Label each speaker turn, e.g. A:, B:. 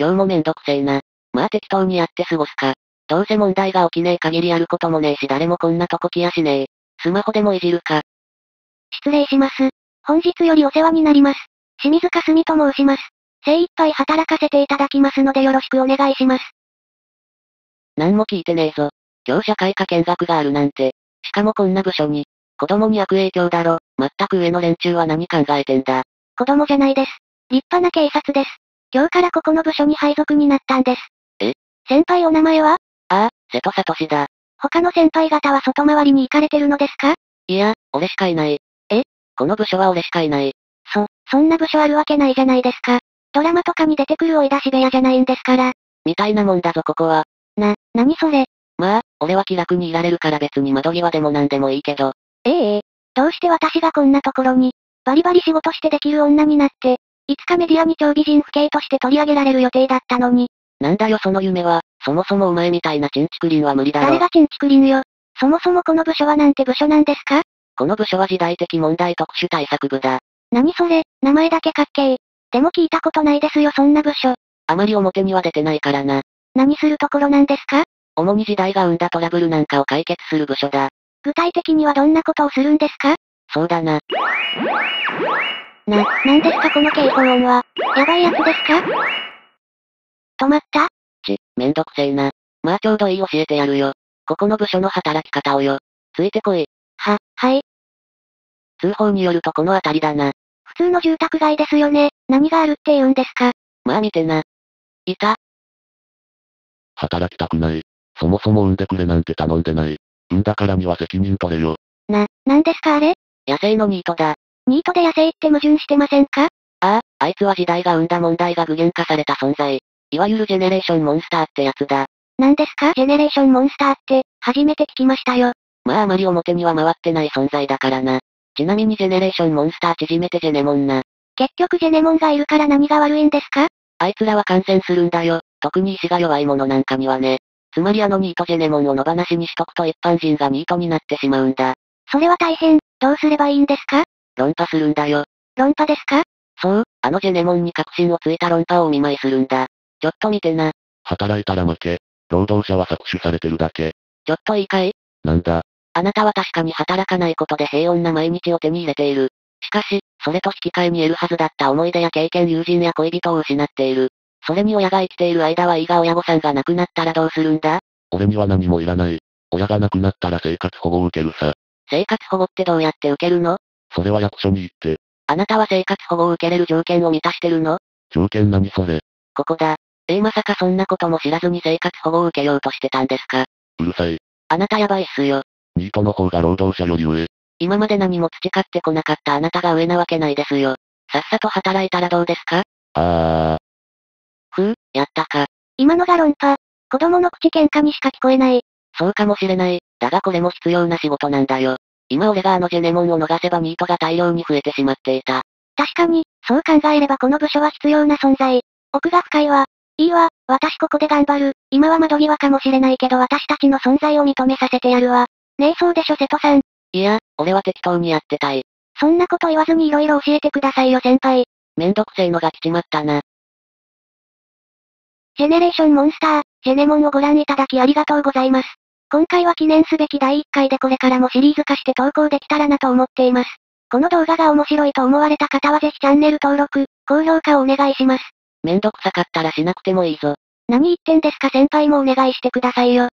A: 今日もめんどくせえな。まあ適当にやって過ごすか。どうせ問題が起きねえ限りやることもねえし誰もこんなとこ来やしねえ。スマホでもいじるか。
B: 失礼します。本日よりお世話になります。清水かすみと申します。精一杯働かせていただきますのでよろしくお願いします。
A: 何も聞いてねえぞ。今日社会科見学があるなんて。しかもこんな部署に。子供に悪影響だろ。まったく上の連中は何考えてんだ。
B: 子供じゃないです。立派な警察です。今日からここの部署に配属になったんです。
A: え
B: 先輩お名前は
A: ああ、瀬戸聡だ。
B: 他の先輩方は外回りに行かれてるのですか
A: いや、俺しかいない。えこの部署は俺しかいない。
B: そ、そんな部署あるわけないじゃないですか。ドラマとかに出てくる追い出し部屋じゃないんですから。
A: みたいなもんだぞここは。
B: な、何それ
A: まあ、俺は気楽にいられるから別に窓際でも何でもいいけど。
B: ええどうして私がこんなところに、バリバリ仕事してできる女になって、いつかメディアに超美人不景として取り上げられる予定だったのに、
A: なんだよその夢は、そもそもお前みたいなチンチクリンは無理だ
B: 誰
A: ろ。
B: がチンチクリンよ。そもそもこの部署はなんて部署なんですか
A: この部署は時代的問題特殊対策部だ。
B: 何それ、名前だけかっけえ。でも聞いたことないですよそんな部署。
A: あまり表には出てないからな。
B: 何するところなんですか
A: 主に時代が生んだトラブルなんかを解決する部署だ。
B: 具体的にはどんなことをするんですか
A: そうだな。
B: な、なんですかこの警報音は。やばいやつですか止まった
A: ち、めんどくせえな。まあちょうどいい教えてやるよ。ここの部署の働き方をよ。ついてこい。
B: は、はい。
A: 通報によるとこの辺りだな。
B: 普通の住宅街ですよね。何があるって言うんですか
A: まあ見てな。いた、
C: 働きたくない。そもそも産んでくれなんて頼んでない。産んだからには責任取れよ。
B: な、なんですかあれ
A: 野生のニートだ。
B: ニートで野生って矛盾してませんか
A: ああ、あいつは時代が生んだ問題が具現化された存在。いわゆるジェネレーションモンスターってやつだ。
B: 何ですかジェネレーションモンスターって、初めて聞きましたよ。
A: まああまり表には回ってない存在だからな。ちなみにジェネレーションモンスター縮めてジェネモンな。
B: 結局ジェネモンがいるから何が悪いんですか
A: あいつらは感染するんだよ。特に意志が弱い者なんかにはね。つまりあのニートジェネモンを野放しにしとくと一般人がニートになってしまうんだ。
B: それは大変。どうすればいいんですか
A: 論破するんだよ。
B: 論破ですか
A: そう、あのジェネモンに確信をついた論破をお見舞いするんだ。ちょっと見てな。
C: 働いたら負け。労働者は搾取されてるだけ。
A: ちょっといいかい
C: なんだ、
A: あなたは確かに働かないことで平穏な毎日を手に入れている。しかし、それと引き換えに得るはずだった思い出や経験友人や恋人を失っている。それに親が生きている間はいいが親御さんが亡くなったらどうするんだ
C: 俺には何もいらない。親が亡くなったら生活保護を受けるさ。
A: 生活保護ってどうやって受けるの
C: それは役所に行って。
A: あなたは生活保護を受けれる条件を満たしてるの
C: 条件何それ。
A: ここだ。えーまさかそんなことも知らずに生活保護を受けようとしてたんですか
C: うるさい。
A: あなたやばいっすよ。
C: ニートの方が労働者より上。
A: 今まで何も培ってこなかったあなたが上なわけないですよ。さっさと働いたらどうですか
C: あー、
A: ふう、やったか。
B: 今のが論破。子供の口喧嘩にしか聞こえない。
A: そうかもしれない。だがこれも必要な仕事なんだよ。今俺があのジェネモンを逃せばニートが大量に増えてしまっていた。
B: 確かに、そう考えればこの部署は必要な存在。奥が深いわ。いいわ、私ここで頑張る。今は窓際かもしれないけど私たちの存在を認めさせてやるわ。ねえそうでしょ瀬戸さん。
A: いや、俺は適当にやってたい。
B: そんなこと言わずに色々教えてくださいよ先輩。
A: めんどくせえのが来ちまったな。
B: ジェネレーションモンスター、ジェネモンをご覧いただきありがとうございます。今回は記念すべき第1回でこれからもシリーズ化して投稿できたらなと思っています。この動画が面白いと思われた方はぜひチャンネル登録、高評価をお願いします。
A: めんどくさかったらしなくてもいいぞ。
B: 何言ってんですか先輩もお願いしてくださいよ。